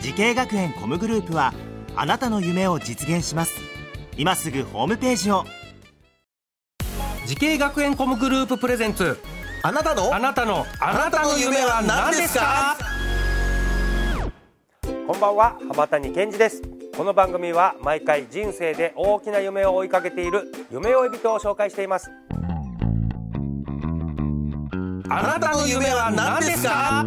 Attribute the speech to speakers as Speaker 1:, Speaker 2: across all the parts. Speaker 1: 時系学園コムグループはあなたの夢を実現します今すぐホームページを
Speaker 2: 時系学園コムグループプレゼンツ
Speaker 3: あなたの
Speaker 2: あなたのあなたの夢は何ですか
Speaker 4: こんばんは羽谷健二ですこの番組は毎回人生で大きな夢を追いかけている夢追い人を紹介しています
Speaker 2: あなたの夢は何ですか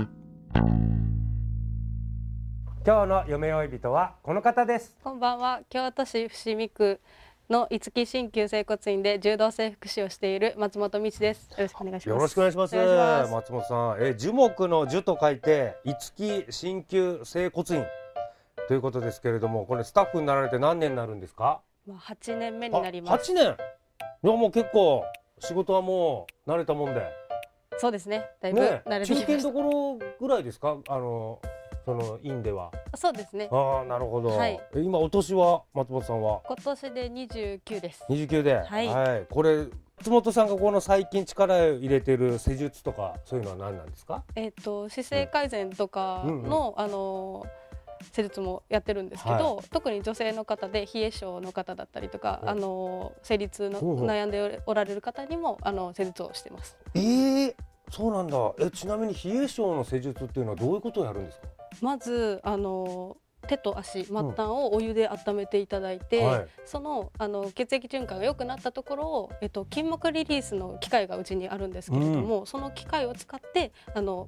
Speaker 4: 今日の夢追い人はこの方です
Speaker 5: こんばんは京都市伏見区の五木鍼灸整骨院で柔道整復師をしている松本美智ですよろしくお願いしま
Speaker 4: よ
Speaker 5: す
Speaker 4: ろしくお願いします
Speaker 5: お願いしま
Speaker 4: 松本さんえ樹木の樹と書いて五木鍼灸整骨院ということですけれどもこれスタッフになられて何年になるんですか
Speaker 5: まあ八年目になります
Speaker 4: 八年いやもう結構仕事はもう慣れたもんで
Speaker 5: そうですねだいぶ
Speaker 4: ね
Speaker 5: 慣れてき
Speaker 4: 中
Speaker 5: ま
Speaker 4: 堅
Speaker 5: し
Speaker 4: どころぐらいですかあのその院では
Speaker 5: たそうですね
Speaker 4: ああなるほど、
Speaker 5: はい
Speaker 4: え今お年は松本さんは
Speaker 5: 今年で二十九です
Speaker 4: 29で、は
Speaker 5: はいい
Speaker 4: これ松本さんがこの最近力を入れてる施術とかそういうのは何なんですか
Speaker 5: えっ、と姿勢改善とか
Speaker 4: うんうん
Speaker 5: の、あの施術もやってるんですけど、特に女性の方で冷え性の方だったりとか、
Speaker 4: うん
Speaker 5: あの生理痛の
Speaker 4: うんうん
Speaker 5: 悩んでおられる方にもあの施術をしてます
Speaker 4: えー、そうなんだえちなみに冷え性の施術っていうのはどういうことをやるんですか
Speaker 5: まずあの手と足末端をお湯で温めていただいて、
Speaker 4: はい
Speaker 5: そのあの血液循環が良くなったところを、えっと、筋膜リリースの機械がうちにあるんですけれども、その機械を使ってあの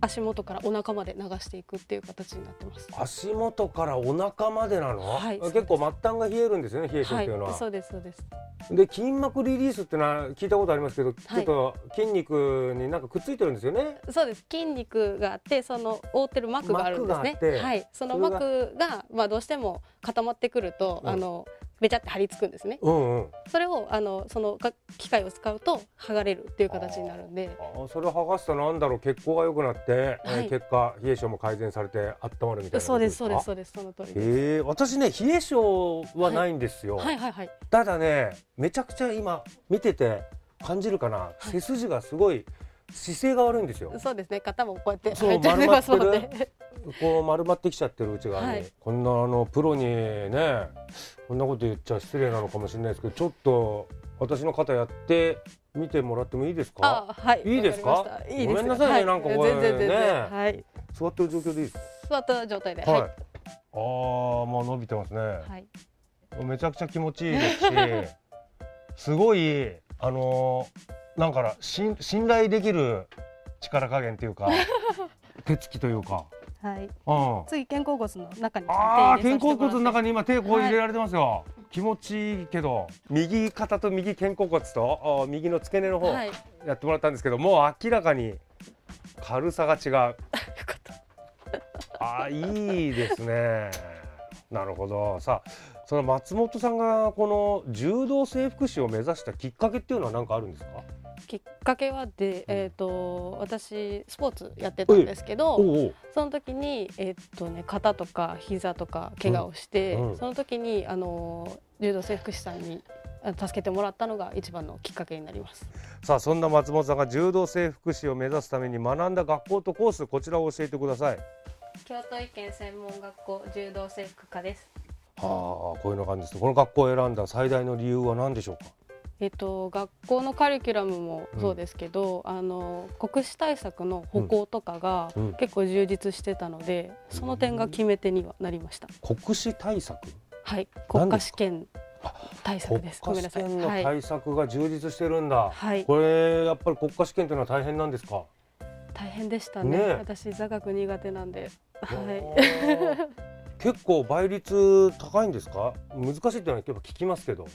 Speaker 5: 足元からお腹まで流していくっていう形になってます。
Speaker 4: 足元からお腹までなの、
Speaker 5: はい
Speaker 4: 結構末端が冷えるんですよね冷え性っ
Speaker 5: は
Speaker 4: て
Speaker 5: い
Speaker 4: いうのは、、
Speaker 5: そうですそうです。
Speaker 4: で筋膜リリースってのは聞いたことありますけど、ちょっと筋肉になんかくっついてるんですよね
Speaker 5: そうです。筋肉があって、その覆ってる膜があるんですね
Speaker 4: 膜があって。
Speaker 5: はい、その
Speaker 4: それが
Speaker 5: 膜がまあどうしても固まってくると、
Speaker 4: うん
Speaker 5: あのべちゃって張り付くんですね。
Speaker 4: うんうん
Speaker 5: それをあのそのか機械を使うと剥がれるっていう形になるんで、
Speaker 4: あーそれ剥がすとなんだろう血行が良くなって、えー
Speaker 5: はい
Speaker 4: 結果冷え性も改善されて温まるみたいなことか
Speaker 5: そうですそうですそうですその通りです。
Speaker 4: ええ私ね冷え性はないんですよ、
Speaker 5: はいはいはい。
Speaker 4: ただねめちゃくちゃ今見てて感じるかな、背筋がすごい姿勢が悪いんですよ
Speaker 5: そうですね。肩もこうやって
Speaker 4: そう
Speaker 5: 入っちゃいますもん
Speaker 4: 丸まって
Speaker 5: ね。
Speaker 4: こう丸まってきちゃってるうちが、
Speaker 5: はい
Speaker 4: こんなあのプロにねこんなこと言っちゃ失礼なのかもしれないですけどちょっと私の肩やってみてもらってもいいですか
Speaker 5: あはい。
Speaker 4: いいですか
Speaker 5: わりましたいいですよ
Speaker 4: ごめんなさいねなんかこれ
Speaker 5: 全然
Speaker 4: ね
Speaker 5: 全然。はい。
Speaker 4: 座ってる状況でいいです
Speaker 5: 座った状態で。
Speaker 4: か
Speaker 5: はい。
Speaker 4: ああーまあ伸びてますね、
Speaker 5: はい。
Speaker 4: めちゃくちゃ気持ちいいですしすごいあのーなんかな信信頼できる力加減って いうか手つきというか、
Speaker 5: はい。
Speaker 4: うん、
Speaker 5: 次肩甲骨の中に手
Speaker 4: あ
Speaker 5: 入
Speaker 4: あ肩
Speaker 5: れさせて
Speaker 4: 甲骨の
Speaker 5: もらっ
Speaker 4: 中に今手こう入れられてますよ、気持ちいいけど右肩と右肩甲骨とあー右の付け根の
Speaker 5: て
Speaker 4: 方
Speaker 5: はい。よ
Speaker 4: やってもらったんですけど、もう明らかに軽さが違う
Speaker 5: かった。
Speaker 4: あーいいですね。なるほど。さあ、その松本さんがこの柔道整復師を目指したきっかけっていうのは何かあるんですか？
Speaker 5: きっかけはで、えっ、と私スポーツやってたんですけど、
Speaker 4: おう
Speaker 5: その時にえっ、とね肩とか膝とか怪我をして、
Speaker 4: うんうん
Speaker 5: その時にあの柔道整復師さんにあ助けてもらったのが一番のきっかけになります。
Speaker 4: さあ、そんな松本さんが柔道整復師を目指すために学んだ学校とコースこちらを教えてください。
Speaker 5: 京都医研専門学校柔道整復科です。
Speaker 4: はあ、こういうのがあるんですね。この学校を選んだ最大の理由は何でしょうか？
Speaker 5: えっと、学校のカリキュラムも
Speaker 4: うん
Speaker 5: そうですけど、あの国試対策の歩行とかが
Speaker 4: うんうん
Speaker 5: 結構充実してたので、その点が決め手にはなりました。
Speaker 4: 国試対策。
Speaker 5: はい、
Speaker 4: 何
Speaker 5: 国
Speaker 4: で
Speaker 5: 家
Speaker 4: す
Speaker 5: 試験対策
Speaker 4: 国
Speaker 5: です。ごめ
Speaker 4: 家
Speaker 5: んな
Speaker 4: 試
Speaker 5: さい。
Speaker 4: 験の
Speaker 5: はい、
Speaker 4: 対策が充実してるんだ。
Speaker 5: はい
Speaker 4: これやっぱり国家試験というのは大変なんですか？
Speaker 5: 大変でしたね。
Speaker 4: ねえ
Speaker 5: 私座学苦手なんで、は
Speaker 4: い。
Speaker 5: い、
Speaker 4: 結構倍率高いんですか？難しいっていうのはやっぱ聞きますけど。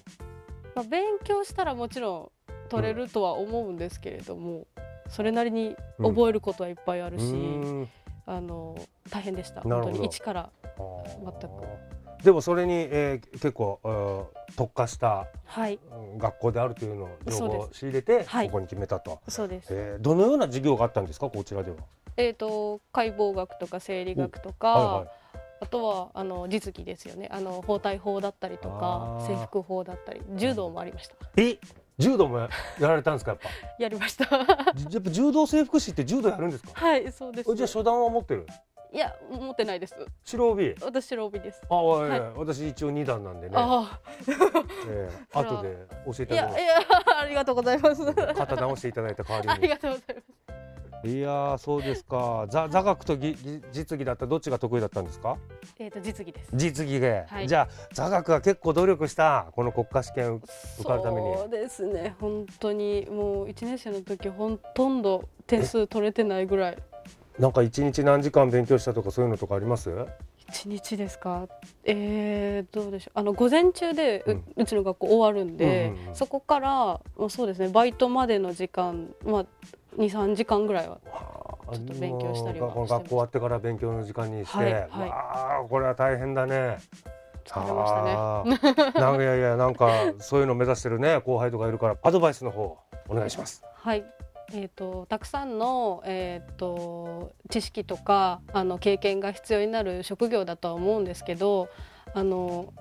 Speaker 5: まあ、勉強したらもちろん取れるとは思うんですけれども、それなりに覚えることはいっぱいあるし、
Speaker 4: うーん
Speaker 5: あの大変でした。
Speaker 4: なるほ
Speaker 5: 本
Speaker 4: ど
Speaker 5: 当に一から全
Speaker 4: くでもそれに、えー結構、うん特化した
Speaker 5: はい
Speaker 4: うん学校であるというのを情報
Speaker 5: そう
Speaker 4: を
Speaker 5: で
Speaker 4: 仕入れて、
Speaker 5: はい
Speaker 4: ここに決めたと、
Speaker 5: そうです
Speaker 4: えーどのような授業があったんですかこちらでは。
Speaker 5: えー、と解剖学とか生理学とか、
Speaker 4: はいはい
Speaker 5: あとはあの実技ですよねあの包帯法だったりとか
Speaker 4: あー
Speaker 5: 制服法だったり柔道もありました
Speaker 4: え柔道もや られたんですかや っ
Speaker 5: やりました
Speaker 4: ぱじやっぱ柔道整復師って柔道やるんですか
Speaker 5: はいそうです
Speaker 4: えじゃあ初段は持ってる
Speaker 5: いや持ってないです
Speaker 4: 白帯
Speaker 5: 私白帯です
Speaker 4: あ、はい
Speaker 5: はい
Speaker 4: や私一応二段なんでね、
Speaker 5: あ
Speaker 4: えー
Speaker 5: あら
Speaker 4: 後で教え
Speaker 5: あ
Speaker 4: て
Speaker 5: い
Speaker 4: あ
Speaker 5: や
Speaker 4: げ
Speaker 5: いや ありがとうござい ます
Speaker 4: ます肩直していただいた代わ
Speaker 5: あ
Speaker 4: り
Speaker 5: り
Speaker 4: に
Speaker 5: がとうございます
Speaker 4: いやーそうですか座座学とぎぎ実技だったらどっちが得意だったんですか
Speaker 5: えー、と実技です
Speaker 4: 実技で、
Speaker 5: はい
Speaker 4: じゃあ座学は結構努力したこの国家試験受かるために
Speaker 5: そうですね本当にもう一年生の時ほとんど点数取れてないぐらい
Speaker 4: なんか一日何時間勉強したとかそういうのとかあります
Speaker 5: 一日ですかえー、どうでしょうあの午前中でう,、
Speaker 4: うん
Speaker 5: ちの学校終わるんで、
Speaker 4: うんうんうん
Speaker 5: そこから、まあ、そうですねバイトまでの時間、まあ、23時間ぐらいは
Speaker 4: ち
Speaker 5: ちょっと勉強したりは
Speaker 4: この
Speaker 5: してま
Speaker 4: 学校
Speaker 5: す
Speaker 4: 終わってから勉強の時間にして、
Speaker 5: はいはい
Speaker 4: わあこれは大変だね
Speaker 5: 疲れましたね
Speaker 4: あーなんかいやいやなんかそういうの目指してるね後輩とかいるからアドバイスの方お願いします
Speaker 5: はいえー、とたくさんの、えー、と知識とかあの経験が必要になる職業だとは思うんですけどあの、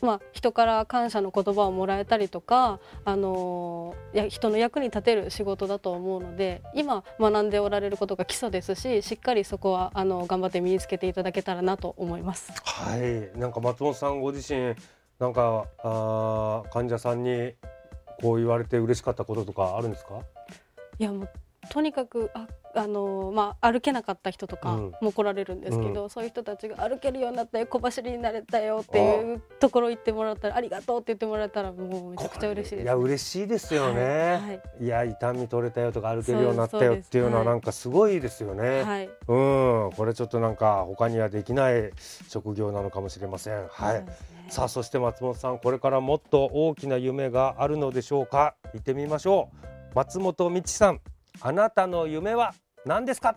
Speaker 5: まあ、人から感謝の言葉をもらえたりとかあのや人の役に立てる仕事だと思うので今学んでおられることが基礎ですししっかりそこはあの頑張って身につけていただけたらなと思います。
Speaker 4: はいなんか松本さんご自身なんかあー患者さんにこう言われて嬉しかったこととかあるんですか
Speaker 5: いやもうとにかくああのーまあ、歩けなかった人とか
Speaker 4: うん
Speaker 5: も来られるんですけど、そういう人たちが歩けるようになったよ小走りになれたよっていうところ行ってもらったらありがとうって言ってもらえたらもうめちゃくちゃ嬉しいです。
Speaker 4: や嬉しいですよね、
Speaker 5: はいい
Speaker 4: や痛み取れたよとか歩けるようになったよっていうのは
Speaker 5: そうですそうです
Speaker 4: なんかすごいですよね、
Speaker 5: はい
Speaker 4: うん、これちょっとなんか他にはできない職業なのかもしれません。はい。
Speaker 5: そうですね
Speaker 4: さあそして松本さんこれからもっと大きな夢があるのでしょうか行ってみましょう松本美智さんあなたの夢は何ですか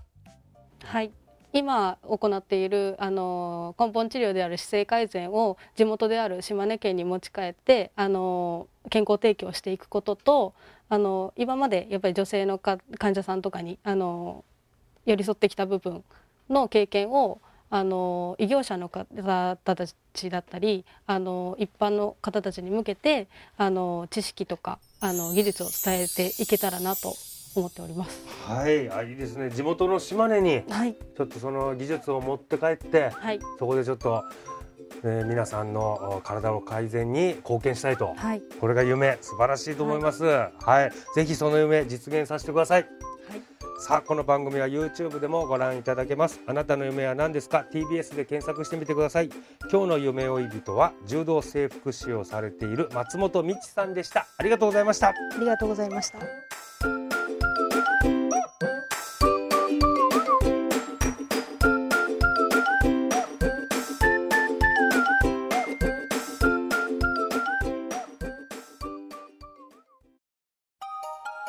Speaker 5: はい今行っているあのー根本治療である姿勢改善を地元である島根県に持ち帰ってあのー健康提供をしていくこととあのー今までやっぱり女性のか患者さんとかにあのー寄り添ってきた部分の経験をあのー異業者の方たちだったりあのー一般の方たちに向けてあのー知識とかあの技術を伝えていけたらなと思っております。
Speaker 4: はいあいいですね地元の島根に
Speaker 5: はい、
Speaker 4: ちょっとその技術を持って帰って
Speaker 5: はい、
Speaker 4: そこでちょっと、えー皆さんのお体の改善に貢献したいと
Speaker 5: はい
Speaker 4: これが夢素晴らしいと思いますはい、ぜひその夢実現させてください
Speaker 5: はい
Speaker 4: さあこの番組は YouTube でもご覧いただけますあなたの夢は何ですか TBS で検索してみてください今日の夢追い人は柔道整復師をされている松本美智さんでしたありがとうございました
Speaker 3: ありがとうございました。